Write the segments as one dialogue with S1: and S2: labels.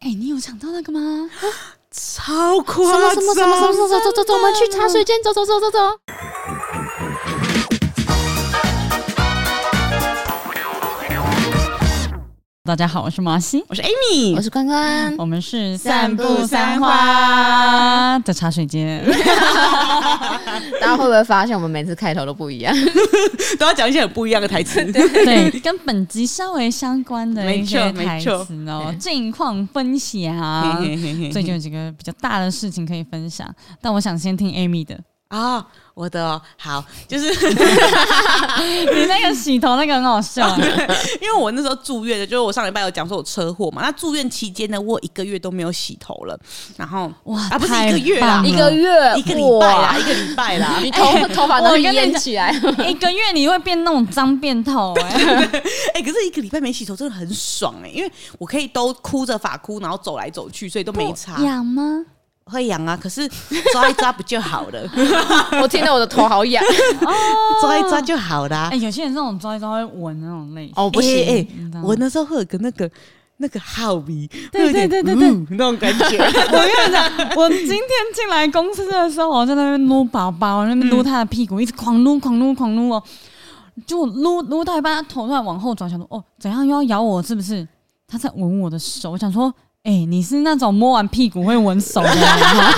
S1: 哎、你有想到那个吗？
S2: 超
S1: 什
S2: 夸
S1: 么
S2: 张！
S1: 什么什么什么什么走走走走，我们去茶水间走走走走走。大家好，我是马西，
S2: 我是 Amy，
S1: 我是关
S3: 嗯
S1: 关，我们是
S2: 散步三
S1: 花的茶水间。
S3: 大家会不会发现我们每次开头都不一样？
S2: 都要讲一些很不一样的台 词。
S1: 对，跟本集稍微相关的一些
S2: 没
S1: 台
S2: 错没
S1: 词哦，近况分析啊。最近有几个比较大的事情可以分享，但我想先听 Amy 的。
S2: 啊、我的哦好， 就是
S1: 你那个洗头那个很好笑，欸
S2: 因为我那时候住院的，就是我上礼拜有讲说我车祸嘛，那住院期间呢，我一个月都没有洗头了，然后
S1: 哇
S2: 啊不是
S1: 太
S2: 一个月啦
S1: 棒，了
S3: 一个月，
S2: 一个礼拜啊啦，
S3: 哇，哎
S2: 一个礼拜 啦，
S3: 你头头发都
S1: 我跟你
S3: 淹起来，
S1: 一个月你会变那种脏辫头哎、
S2: 哎、可是一个礼拜没洗头真的很爽哎、因为我可以都哭着发哭，然后走来走去，所以都没擦。
S1: 痒吗？
S2: 会痒啊，可是抓一抓不就好了？
S3: 我听到我的头好痒。
S2: 抓一抓就好啦
S1: 哎、。有些人这种抓一抓会闻那种类型，
S3: 哦，不
S2: 哎
S3: 行，
S2: 哎
S1: 你知道吗
S2: 我那时候会有个那个那个好迷，
S1: 对
S2: 会有点
S1: 对对对对
S2: 嗯那种感 觉。
S1: 我跟你讲，我今天进来公司的时候，我在那边撸宝宝，我在那边撸他的屁股，一直狂撸、狂撸、狂撸哦。就我撸撸到一半，他头突然往后转，想说：“哦，怎样又要咬我？是不是？”他在闻我的手，我想说：“哎、你是那种摸完屁股会闻手的人吗？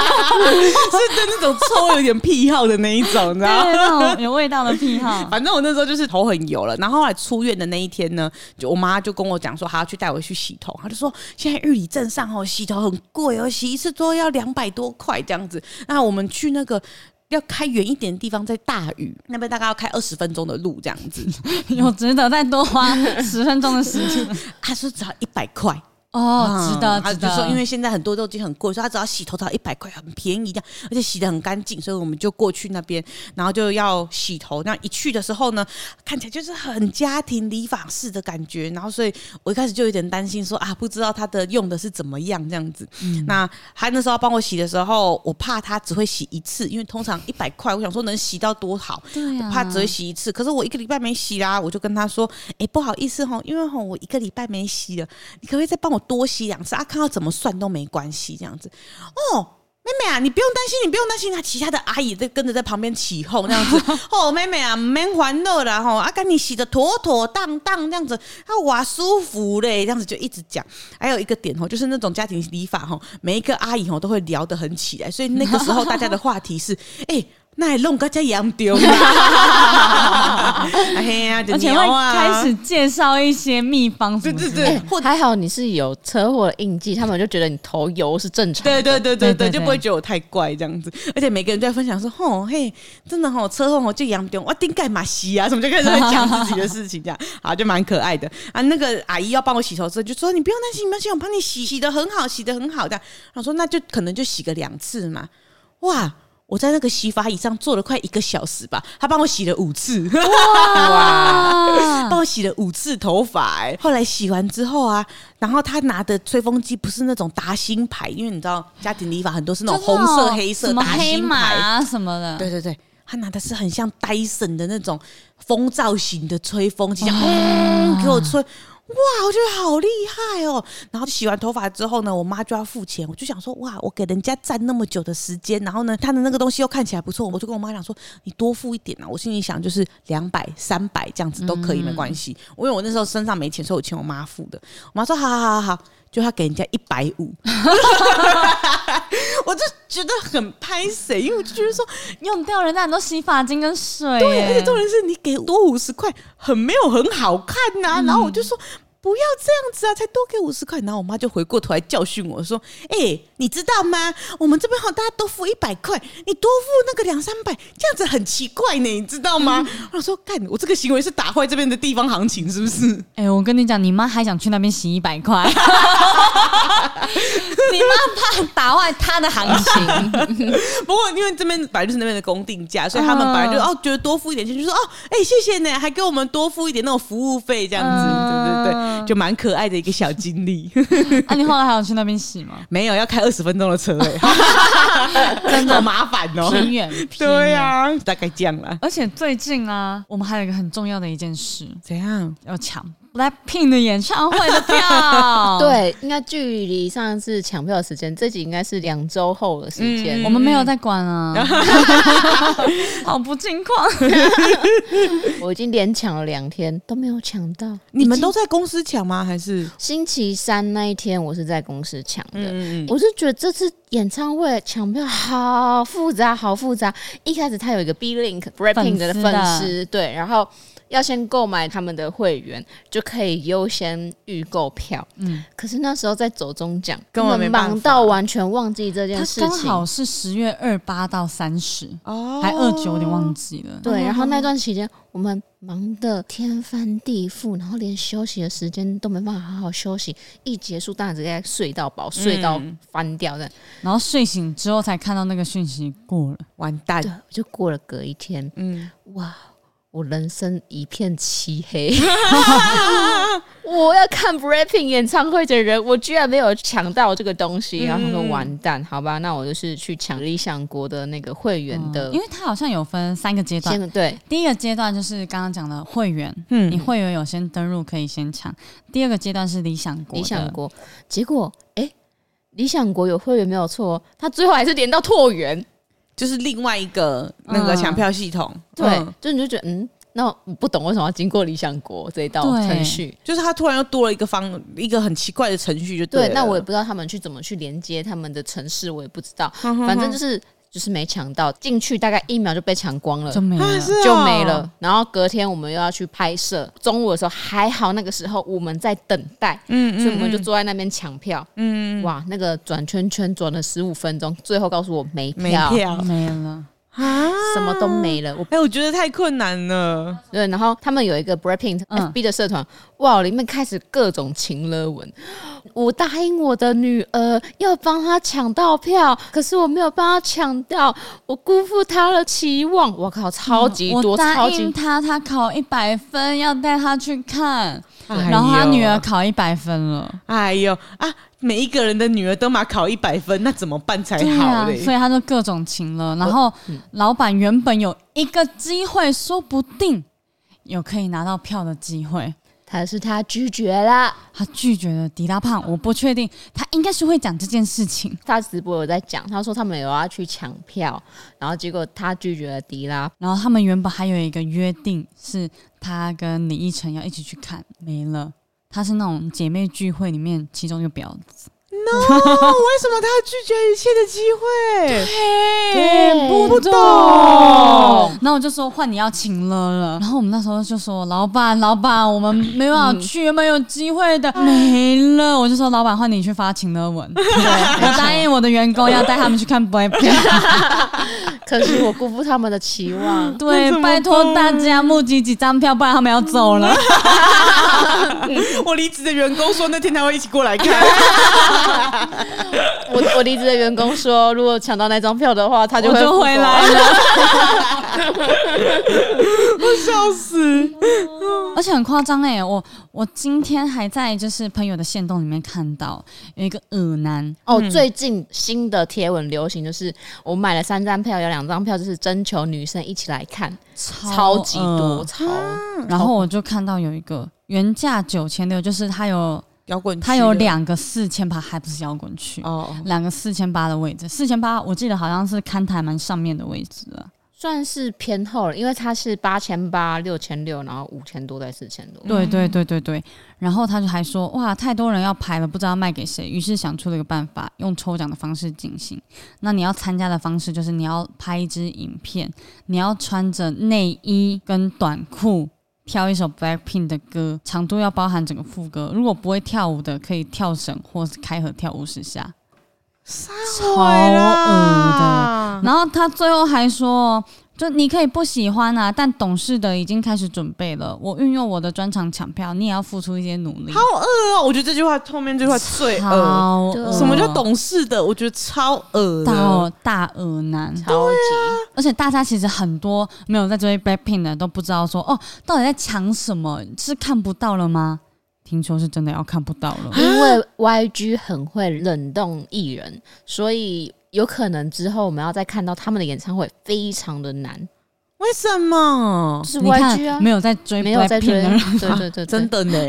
S2: 是对那种臭味有点癖好的那一种，你知
S1: 对，
S2: 道吗？
S1: 那种有味道的癖好。
S2: 反正我那时候就是头很油了，然后后来出院的那一天呢，就我妈就跟我讲说，她要去带我去洗头，她就说现在玉里镇上哦，洗头很贵哦，洗一次都要两百多块这样子。那我们去那个。要开远一点的地方，在大屿那边大概要开二十分钟的路这样子。
S1: 有值得再多花十分钟的时间
S2: 她说只要一百块
S1: 哦，值得，
S2: 她
S1: 值
S2: 嗯就
S1: 得。
S2: 说因为现在很多都已经很贵，所以她只要洗头只要一百哎块，很便宜这样，而且哎洗的很干净，所以我们就过去那边，然后就要洗头。那一去的时候呢，看起来就是很家庭理发室的感觉，然后所以我一开始就有点担心说啊，不知道他的用的是怎么样这样子。那他那时候帮我洗的时候，我怕他只会洗一次，因为通常一百块，我想说能洗到多好，
S1: 对啊
S2: 我怕只会洗一次。可是我一个礼拜没洗啦，我就跟他说，哎、不好意思吼，因为吼我一个礼拜没洗了，你可不可以再帮我多洗两次啊？看到怎么算都没关系这样子。哦。妹妹啊，你不用担心，你不用担心，那其他的阿姨在跟着在旁边起哄这样子。 哦，妹妹啊，免烦恼啦吼，啊，跟你洗的妥妥当当这样子，啊，哇，舒服嘞，这样子就一直讲。还有一个点哦，就是那种家庭理发哈，每一个阿姨哦都会聊得很起来，所以那个时候大家的话题是， 哎、那也弄个家养丢嘛， 哎呀，就
S1: 而且
S2: 鸟
S1: 会开
S2: 啊
S1: 始介绍一些秘方什
S2: 对
S1: 么之
S2: 对
S1: 类的，
S2: 对，或
S3: 哎还好你是有车祸的印记，他们就觉得你头油是正常的。。，
S2: 对对对
S1: 对
S2: 对
S1: 对
S2: 对，
S1: 对
S2: 就不会觉得我太怪这样子。而且每个人都在分享说：“吼嘿，真的吼，车祸吼就杨丢，我顶盖马西啊，什么 就开始在讲自己的事情，这样好就蛮可爱的啊。”那个阿姨要帮我洗头之后，就说：“你不用担心，没关系，我帮你洗，洗的很好，洗的很好的。”然后说：“那就可能就洗个两次嘛。”哇！我在那个洗发椅上坐了快一个小时吧，她帮我洗了五次。
S1: 啊哇
S2: 帮我洗了五次头发、哎，后来洗完之后啊，然后他拿的吹风机不是那种达新牌，因为你知道家庭理发很多是那种红色、黑色
S1: 哦什么
S2: 达
S1: 黑
S2: 新
S1: 马
S2: 牌，
S1: 啊什么的，
S2: 对对对，他拿的是很像戴森的那种风造型的吹风机，这样嗯，给我吹。哇，我觉得好厉害哦！然后洗完头发之后呢，我妈就要付钱，我就想说，哇，我给人家站那么久的时间，然后呢，他的那个东西又看起来不错，我就跟我妈讲说，你多付一点啊。我心里想就是两百、三百这样子都可以，没关系。因为我那时候身上没钱，所以我请我妈付的。我妈说，好好好好好，就她给人家一百五，我就觉得很拍谁，因为我就觉得说，
S1: 用掉人家很多洗发精跟水，
S2: 对，而且重点是你给多五十块，很没有很好看呐、然后我就说。不要这样子啊！才多给五十块，然后我妈就回过头来教训我说：“哎、你知道吗？我们这边好，大家都付一百块，你多付那个两三百，这样子很奇怪呢，你知道吗？”我说：“看我这个行为是打坏这边的地方行情，是不是？”
S1: 哎、我跟你讲，你妈还想去那边洗一百 块，你妈怕打坏她的行情，
S2: 不过因为这边本来就是那边的公定价，所以他们本来就、
S1: 嗯
S2: 哦觉得多付一点钱，就说哦哎、谢谢呢，还给我们多付一点那种服务费这样子，
S1: 嗯
S2: 对对对，就蛮可爱的一个小经历。
S1: 啊，你后来还有去那边洗吗？
S2: 没有要开二十分钟的车、欸，真的好麻烦哦、
S1: 偏远，偏远
S2: 对啊呀、大概这样啦。
S1: 而且最近啊，我们还有一个很重要的一件事
S2: 怎样？
S1: 要抢 Blackpink 的演唱会的票
S3: 对，应该距离上次抢票的时间，这集应该是两周后的时间。
S2: 嗯
S1: 我们没有在管 啊，好不近况。
S3: 我已经连抢了两天都没有抢到。
S2: 你们都在公司抢吗？还是
S3: 星期三那一天我是在公司抢的，
S2: 嗯
S3: 我是觉得这次演唱会抢票好复杂，好复杂。一开始他有一个 B Link Breaking 的
S1: 粉丝
S3: 粉
S1: 的
S3: 丝，对，然后要先购买他们的会员，就可以优先预购票。嗯
S1: 嗯，
S3: 可是那时候在走中奖，
S2: 根本没办法
S3: 忙到完全忘记这件
S1: 它
S3: 事
S1: 刚好
S3: 情。
S1: 是十月二八到三十，
S2: 哦
S1: 还二九，有点忘记了。
S3: 对，然后那段期间我们忙得天翻地覆，然后连休息的时间都没办法好好休息。一结束，大家直接睡到饱，睡到
S2: 嗯
S3: 翻掉的。
S1: 然后睡醒之后才看到那个讯息过了，
S2: 完蛋
S3: 对，，就过了隔一天，
S2: 嗯，
S3: 哇，我人生一片漆黑。 我要看 Breaking 演唱会的人，我居然没有抢到这个东西。然后他说：“完蛋，好吧，那我就是去抢理想国的那个会员的。
S1: 嗯因为它好像有分三个阶段。
S3: 呃先对，
S1: 第一个阶段就是刚刚讲的会员，
S2: 嗯
S1: 你会员有先登录可以先抢。第二个阶段是理想国的，
S3: 理想国，结果哎、诶理想国有会员没有错哦，他最后还是连到拓元。
S2: 就是另外一个那个
S1: 嗯
S2: 抢票系统，
S3: 对，
S2: 嗯
S3: 就你就觉得嗯，那我不懂为什么要经过理想国这一道
S1: 对
S3: 程序。
S2: 就是他突然又多了一个方一个很奇怪的程序，就
S3: 对，
S2: 了
S3: 那我也不知道他们去怎么去连接他们的城市，我也不知道。
S2: 嗯哼
S3: 反正就是就是没抢到，进去大概一秒就被抢光了
S1: 就。没了。
S2: 啊是哦
S3: 就没了，然后隔天我们又要去拍摄。中午的时候还好，那个时候我们在等待，
S2: 嗯
S3: 所以我们就坐在那边抢票。
S2: 嗯
S3: 哇，那个转圈圈转了十五分钟，最后告诉我没
S2: 没
S3: 票，
S2: 票
S1: 没了，
S2: 啊，
S3: 什么都没了。我
S2: 哎、我觉得太困难了，
S3: 对，然后他们有一个 Breaking
S1: 嗯
S3: FB 的社团，哇，里面开始各种情勒文。我答应我的女儿要帮她抢到票，可是我没有帮她抢到，我辜负她的期望。我靠，超级
S1: 嗯我
S3: 多，
S1: 答
S3: 超级
S1: 应他，他考一百分，要带他去看，
S2: 哎
S1: 然后他
S2: 呦
S1: 女儿，考一百分了，
S2: 哎呦啊，每一个人的女儿都嘛考一百分，那怎么办才
S1: 对
S2: 好
S1: 啊
S2: 嘞？，哦嗯
S1: 所以他就各种情了。然后老板原本有一个机会，说不定有可以拿到票的机会，
S3: 她是她拒绝了。
S1: 他拒绝了迪拉胖，我不确定，他应该是会讲这件事情。
S3: 她直播有在讲，她说他们有要去抢票，然后结果她拒绝了迪拉。
S1: 然后他们原本还有一个约定，是他跟李依晨要一起去看，没了。他是那种姐妹聚会里面其中一个婊子，
S2: No，为哦什么他要拒绝一切的机会？
S1: 对
S2: 不懂
S1: 然后我就说换你要请了了，然后我们那时候就说老板，老板，我们没办
S3: 嗯
S1: 法去，原本有机会的没了。我就说老板，换你去发请了 文，我答应我的员工要带他们去看 Blackpink，
S3: 可是我辜负他们的期 望。
S1: 对，拜托大家募集几张票，不然他们要走了。
S2: 我离职的员工说那天他会一起过来 看，
S3: 我我离职的员工说，如果抢到那张票的话，他就
S1: 我
S3: 会
S1: 就
S3: 复活
S1: 回来。了，
S2: 笑死！
S1: 而且很夸张哎！我我今天还在就是朋友的线洞里面看到有一个耳男，
S3: 哦，最近新的贴文流行就是，我买了三张票，有两张票就是征求女生一起来看，超级多，
S1: 恶
S3: 超
S1: 然后我就看到有一个原价九千六，就是它有
S2: 摇滚区的，
S1: 它有两个四千八，还不是摇滚区，
S2: 哦，
S1: 两个四千八的位置，四千八我记得好像是看台蛮上面的位置了。
S3: 算是偏后了，因为它是八千八、六千六，然后五千多再四千多。
S1: 对对对对对，然后他就还说哇，太多人要排了，不知道卖给谁，于是想出了一个办法，用抽奖的方式进行。那你要参加的方式就是你要拍一支影片，你要穿着内衣跟短裤。挑一首 Blackpink 的歌，长度要包含整个副歌。如果不会跳舞的，可以跳绳或是开合跳五十下。
S2: 超嗯
S1: 恶然后他最后还说，就你可以不喜欢啊，但懂事的已经开始准备了。我运用我的专长抢票，你也要付出一些努力。
S2: 好恶哦！我觉得这句话后面这句话最恶。
S1: 超
S3: 对
S1: 恶
S2: 什么叫懂事的？我觉得超恶
S1: 到
S2: 的。
S1: 大恶 男？
S3: 超级、
S1: 而且大家其实很多没有在追 Blackpink 的都不知道说哦，到底在抢什么？是看不到了吗？听说是真的要看不到了。
S3: 因为 YG 很会冷冻艺人，所以有可能之后我们要再看到他们的演唱会非常的难。
S2: 为什么？
S3: 是
S1: 你
S3: YG 啊
S1: 看，没，有在追
S3: 没有
S1: BLACKPINK
S3: 在
S1: 的
S3: 追，
S1: 人，
S3: 对对对 对，
S2: 真 的呢，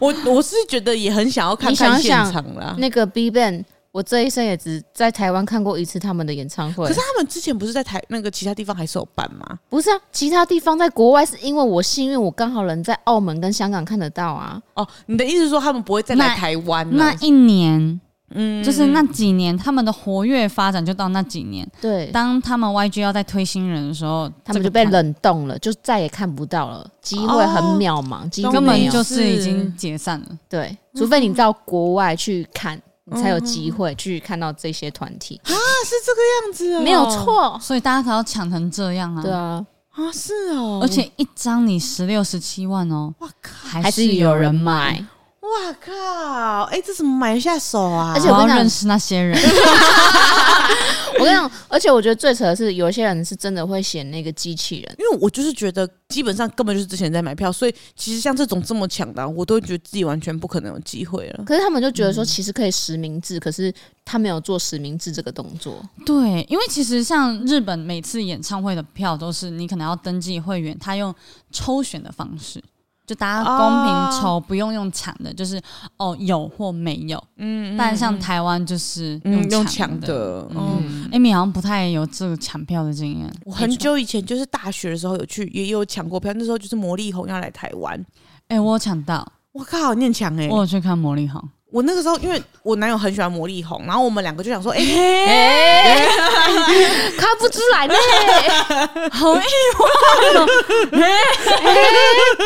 S2: 我我是觉得也很想要看看
S3: 你
S2: 现
S3: 想想
S2: 场啦。
S3: 那个 B Ban，我这一生也只在台湾看过一次他们的演唱会。
S2: 可是他们之前不是在台那个其他地方还是有办吗？
S3: 不是啊，其他地方在国外是因为我幸运，我刚好人在澳门跟香港看得到啊。
S2: 哦，你的意思是说他们不会再来
S1: 那
S2: 台湾
S1: 那
S2: 了？
S1: 一年
S2: 嗯
S1: 就是那几年他们的活跃发展就到那几年。
S3: 对，
S1: 当他们 YG 要在推新人的时候，
S3: 他们
S1: 这个
S3: 就被
S1: 团
S3: 冷冻了，就再也看不到了，机会很渺茫，机会
S1: 根
S3: 没
S1: 本
S3: 有。
S1: 就是已
S2: 是
S1: 经解散了。
S3: 对，除非你到国外去看，
S1: 嗯
S3: 你才有机会去看到这些团体，
S2: 那是这个样子、哦，
S3: 没有错。
S1: 所以大家才要抢成这样啊！
S3: 对啊，
S2: 啊，是哦，
S1: 而且一张你十六十七万哦，
S2: 哇靠，
S1: 还
S3: 还是
S1: 是
S3: 有
S1: 有
S3: 人
S1: 人
S3: 买
S1: 买。。
S2: 哇靠，哎、这怎么买得下手啊？
S3: 而且
S1: 我
S3: 我跟
S1: 要
S3: 你讲
S1: 认识那些人，
S3: 我跟你讲，而且我觉得最扯的是，有一些人是真的会写那个机器人。
S2: 因为我就是觉得，基本上根本就是之前在买票，所以其实像这种这么强的啊，我都会觉得自己完全不可能有机会了。
S3: 可是他们就觉
S1: 嗯
S3: 得说，其实可以实名制，可是他没有做实名制这个动作。
S1: 对，因为其实像日本每次演唱会的票都是你可能要登记会员，他用抽选的方式，就大家公平抽，不用用抢的，就是哦有或没有。
S2: 嗯
S1: 但像台湾就是
S2: 嗯用抢
S1: 抢
S2: 的，嗯，
S1: 嗯，Amy 好像不太有这个抢票的经验。
S2: 我很久以前就是大学的时候有去，也有抢过票，那时候就是魔力红要来台湾，
S1: 哎、我有抢到，
S2: 我靠，念抢哎、
S1: 我有去看魔力红，
S2: 我那个时候因为我男友很喜欢魔力红，然后我们两个就想说，哎、
S3: 哎，看不出来 呢。
S1: 好意
S3: 哦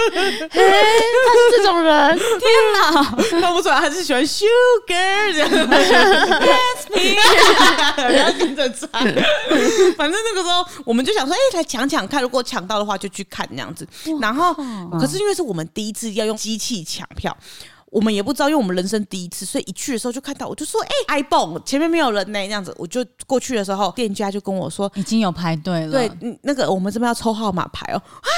S3: 他是这种人，
S2: 看不出来他是喜欢 Sugar 的，不要跟着唱。反正那个时候我们就想说，哎、来抢抢看，如果抢到的话就去看那样子。然后，可是因为是我们第一次要用机器抢票。我们也不知道，因为我们人生第一次，所以一去的时候就看到，我就说：“哎、i p h o n e 前面没有人呢、那样子，我就过去的时候，店家就跟我说：“
S1: 已经有排队了，
S2: 对，嗯那个我们这边要抽号码牌哦啊，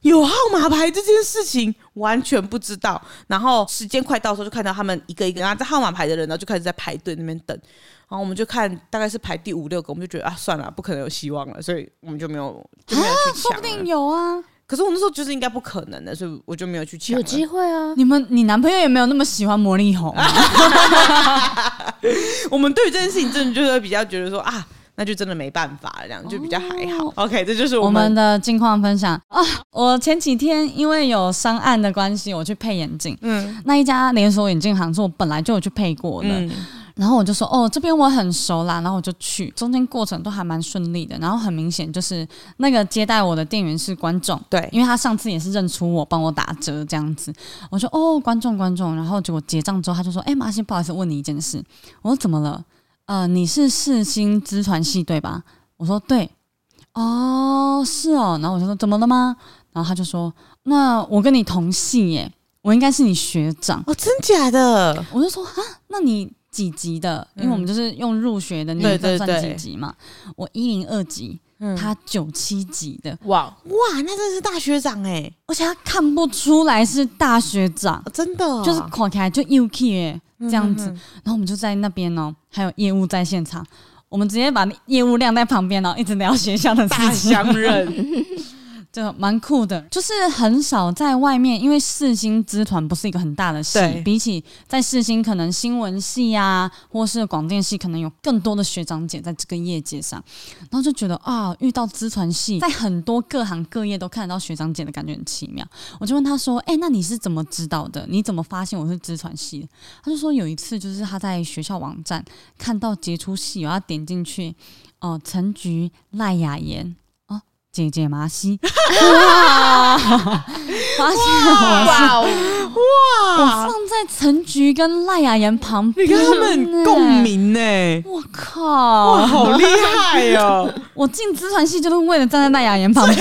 S2: 有号码牌这件事情完全不知道。然后时间快到的时候，就看到他们一个一个拿着号码牌的人，然后就开始在排队那边等。然后我们就看大概是排第五六个，我们就觉得啊，算了，不可能有希望了，所以我们就没有就没有去
S1: 说
S2: 抢
S1: 不定
S2: 了。
S1: 有啊。
S2: 可是我那时候就是应该不可能的，所以我就没有去抢
S3: 有
S2: 了。
S3: 机会啊。
S1: 你们，你男朋友也没有那么喜欢魔力红、啊，
S2: 我们对于这件事情真的就是比较觉得说啊。那就真的没办法了，这样就比较还好。OK，这就是
S1: 我
S2: 我们
S1: 们的近况分享啊！我前几天因为有商案的关系，我去配眼镜。
S2: 嗯
S1: 那一家连锁眼镜行是我本来就有去配过的，
S2: 嗯
S1: 然后我就说哦，这边我很熟啦，然后我就去，中间过程都还蛮顺利的。然后很明显就是那个接待我的店员是观众，
S2: 对
S1: 因为他上次也是认出我，帮我打折这样子。我说哦，观众观众，然后结果结账之后，他就说，哎、马欣，不好意思，问你一件事。我说怎么了？呃，你是世新资传系对吧？我说对。哦，是哦。然后我就说怎么了吗？然后他就说，那我跟你同系耶，我应该是你学长。
S2: 哦，真假的？
S1: 我就说啊，那你几级的？因为我们就是用入学的年
S2: 嗯对对
S1: 份
S2: 对
S1: 算几级嘛。我一零二级，
S2: 嗯
S1: 他九七级的，
S3: 哇，
S2: 哇，那真的是大学长哎、
S1: 而且他看不出来是大学长，
S2: 哦真的哦、
S1: 就是看起来就 UK 耶这样子。
S2: 嗯嗯
S1: 然后我们就在那边哦，还有业务在现场，我们直接把业务晾在旁边，然后一直聊学校的
S2: 大
S1: 事情。
S2: 乡 人，
S1: 就蛮酷的，就是很少在外面，因为世新资团不是一个很大的系
S2: 对，
S1: 比起在世新可能新闻系啊，或是广电系，可能有更多的学长姐在这个业界上，然后就觉得啊，遇到资传系，在很多各行各业都看得到学长姐的感觉很奇妙。我就问他说：“哎、那你是怎么知道的？你怎么发现我是资传系的？”他就说有一次就是他在学校网站看到杰出系友，他点进去，哦、陈菊、赖雅妍。哦姐姐麻西， 哇！发现
S3: 哇哦，
S1: 我是我放在陈菊跟赖雅妍旁边，
S2: 跟哎他们共。鸣呢、
S1: 我
S2: 哇，
S1: 靠！
S2: 好厉害哦！
S1: 我进资传系就是为了站在赖雅妍旁边，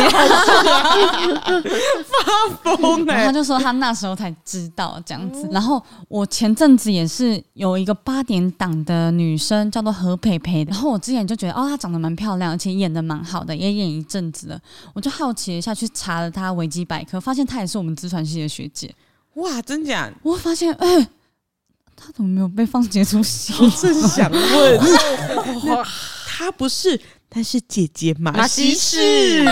S2: 疯
S1: 然后
S2: 哎、
S1: 他就说他那时候才知道这样子。然后我前阵子也是有一个八点档的女生叫做何培培的，然后我之前就觉得哦，她长得蛮漂亮，而且演的蛮好的，也演一阵子了。我就好奇一下去查了她维基百科，发现她也是我们资传系的学姐。
S2: 哇，真假？
S1: 我发现，哎、她怎么没有被放杰出系？
S2: 我正想问，那他不是但是姐姐马西
S3: 马西
S2: 是，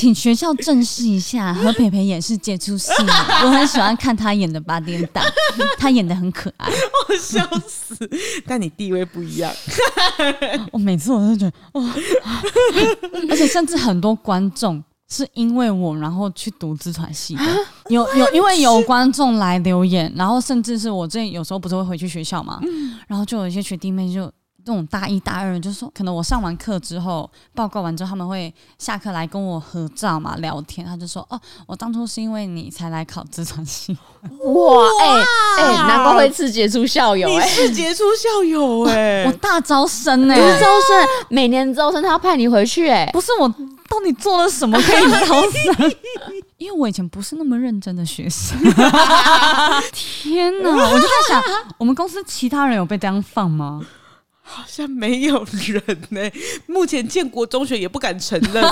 S1: 请学校正视一下，和培培演是接触戏，我很喜欢看他演的八点档，他演的很可爱。
S2: 我 笑死。但你地位不一样，
S1: 我哦每次我都觉得，哦哇、 而且甚至很多观众是因为我，然后去读资传系的，有 有因为有观众来留言，然后甚至是我之前有时候不是会回去学校嘛，然后就有一些学弟妹就。这种大一大二就说，可能我上完课之后，报告完之后，他们会下课来跟我合照嘛，聊天。他就说：“哦，我当初是因为你才来考资传 系。
S3: 哇，哎哎，难怪会自杰出校友
S2: 你
S3: 哎。
S2: 是杰出校友哎、
S1: 我大招生欸呢、
S3: 不是招生，每年招生他要派你回去哎、
S1: 不是我到底做了什么可以烧伤？因为我以前不是那么认真的学 生。天哪！我就在想，我们公司其他人有被这样放 吗？
S2: 好像没有人呢、目前建国中学也不敢承认，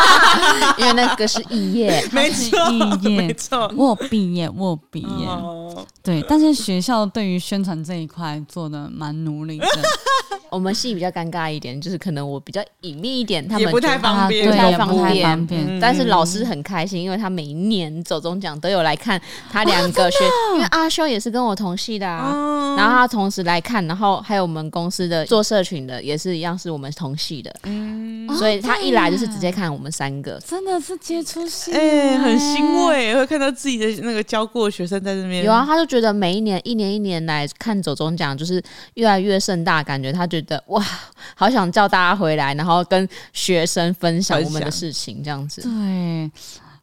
S3: 因为那个是肄业。
S2: 没错
S1: 异，业
S2: 没错。
S1: 我有毕业，我有毕业，
S2: 哦，
S1: 对。但是学校对于宣传这一块做的蛮努力的，
S3: 我们系比较尴尬一点，就是可能我比较隐秘一点，他们
S2: 也不太
S3: 就
S2: 方便
S1: 啊、对，也
S3: 不太
S1: 不
S3: 方
S1: 太
S3: 便嗯
S1: 方便。
S3: 但是老师很开心，因为他每一年走中奖都有来看他两
S1: 哦
S3: 个学，因为阿修也是跟我同系的啊。然后他同时来看，然后还有我们公司的做社群的也是一样，是我们同系的，
S1: 哦
S3: 所以他一来就是直接看我们三个。
S1: 真的是接触性，欸
S2: 哎、很欣。慰，会看到自己的那个教过的学生在那边。
S3: 有啊，，他就觉得每一年一年一年来看走中奖，就是越来越盛大，感觉他觉得哇，好想叫大家回来，然后跟学生分享
S2: 分
S3: 我们的
S2: 享
S3: 事情，这样子。
S1: 对。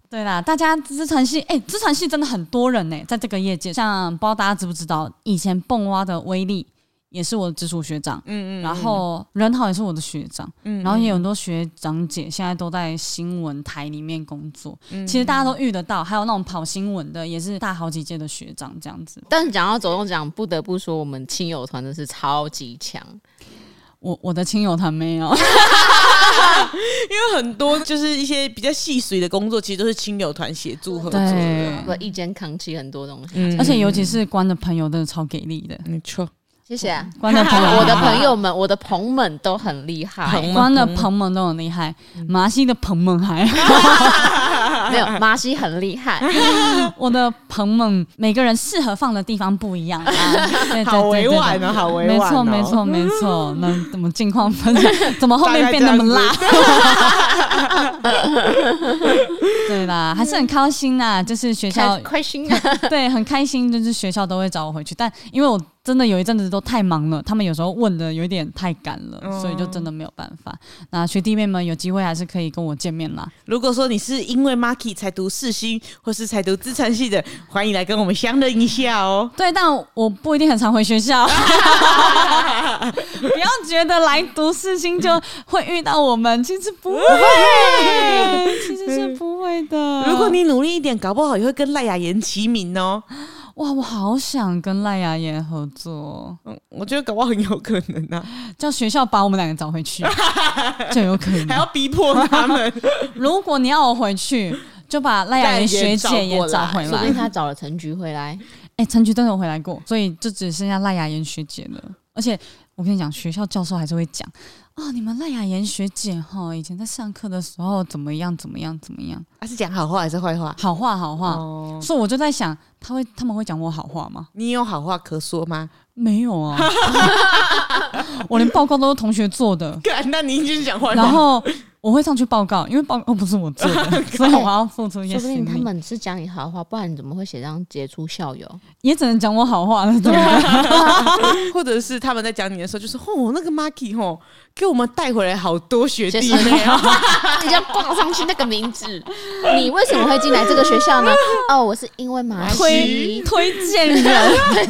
S1: 对啦，大家资传系，哎、资传系真的很多人呢、在这个业界，像不知道大家知不知道，以前蹦蛙的威力也是我的直属学长，
S2: 嗯嗯，
S1: 然后任浩也是我的学长，
S2: 嗯
S1: 然后也有很多学长姐现在都在新闻台里面工作，
S2: 嗯
S1: 其实大家都遇得到，还有那种跑新闻的，也是大好几届的学长这样子。
S3: 但是讲到走动奖，不得不说我们亲友团真是超级强。
S1: 我我的亲友团没有，
S2: 因为很多就是一些比较细碎的工作，其实都是亲友团协助合作
S1: 对
S2: 的。
S3: 我一肩扛起很多东西。
S2: 嗯
S1: 而且尤其是关的朋友真的超给力的，
S2: 没错，
S3: 谢谢、
S1: 关的 朋友，
S3: 我的朋友们，我的朋们都很厉害。
S2: 朋
S1: 关的朋们都很厉害，
S2: 嗯
S1: 马西的朋们 还。嗯
S3: 没有，马西很厉害。
S1: 我的朋们，每个人适合放的地方不一 样啊，对对
S2: 好
S1: 对
S2: 委
S1: 对
S2: 婉
S1: 对
S2: 哦，好委
S1: 没
S2: 婉、
S1: 错，
S2: 哦，嗯
S1: 没错，没错。那怎么近况分享？怎么后面变那么辣？ 对啦，还是很开心啦，就是学校
S3: 开开心啊！
S1: 对很开心，就是学校都会找我回去，但因为我真的有一阵子都太忙了，他们有时候问的有点太赶了，
S2: 嗯
S1: 所以就真的没有办法。那学弟妹们有机会还是可以跟我见面啦。
S2: 如果说你是因为 Marky 才读四星，或是才读资产系的，欢迎来跟我们相认一下哦。
S1: 对，但我不一定很常回学校。 不要觉得来读四星就会遇到我们，其实不会，其实是不会的。
S2: 如果你努力一点，搞不好也会跟赖雅妍齐名哦。
S1: 哇，我好想跟赖雅妍合作，
S2: 嗯，我觉得搞不好很有可能啊，
S1: 叫学校把我们两个找回 去，就有可
S2: 还要
S1: 能。
S2: 逼迫他们。
S1: 如果你要我回去，就把赖雅妍学姐也找回
S3: 说不
S1: 来
S3: 定。他找了陈菊回来，
S1: 哎、陈菊真的有回来过，所以就只剩下赖雅妍学姐了。而且我跟你讲，学校教授还是会讲哦，你们赖雅妍学姐哈，以前在上课的时候怎么样怎么样怎么样，
S2: 他、啊是讲好话还是坏话？
S1: 好话好话。
S2: 哦，
S1: 所以我就在想，他会他们会讲我好话吗？
S2: 你有好话可说吗？
S1: 没有啊，我连报告都是同学做的，
S2: 干，那你就是讲坏
S1: 然后我会上去报告，因为报告不是我做的，所以我要付出一嗯些
S3: 说不
S1: 心
S3: 定他
S1: 力。
S3: 们是讲你好话，不然你怎么会写上杰出校友？
S1: 也只能讲我好话了，对不对？
S2: 或者是他们在讲你的时候，就是哦，那个 Marky 吼，给我们带回来好多学弟
S3: 学
S2: 妹啊，
S3: 你要挂上去那个名字，你为什么会进来这个学 校呢？哦，我是因为马
S1: 推
S3: 西，
S1: 推荐 人，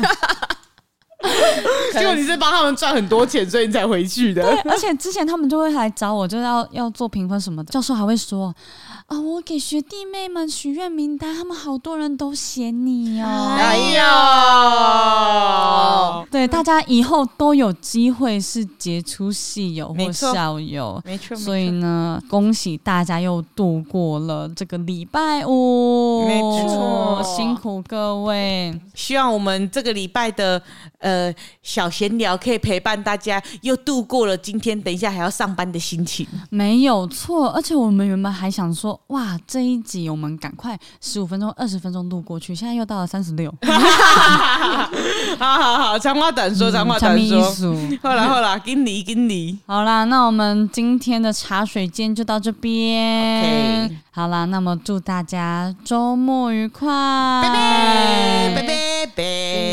S2: 结果你是帮他们赚很多钱，所以你才回去的。
S1: 而且之前他们就会来找我，就要要做评分什么的。教授还会说啊，我给学弟妹们许愿名
S2: 哎
S1: 单，他们好多人都写你哦。
S3: 哎呦
S2: 呦，
S1: 对对，大家以后都有机会是杰出戏友
S2: 没
S1: 或
S2: 错
S1: 校友。
S2: 没错，
S1: 所以呢，恭喜大家又度过了这个礼拜五，
S2: 没错
S1: 辛苦各位。
S2: 希望我们这个礼拜的呃小闲聊可以陪伴大家，又度过了今天等一下还要上班的心情。
S1: 没有错，而且我们原本还想说，哇，这一集我们赶快十五分钟、二十分钟录过去，现在又到了三十六，
S2: 好好好，长话短说，长话
S1: 嗯下
S2: 短
S1: 面一
S2: 说。
S1: 数。
S2: 后来后来，给你给你，
S1: 好啦，那我们今天的茶水间就到这边。
S2: OK
S1: 好啦，那么祝大家周末愉快，拜
S2: 拜拜拜拜拜。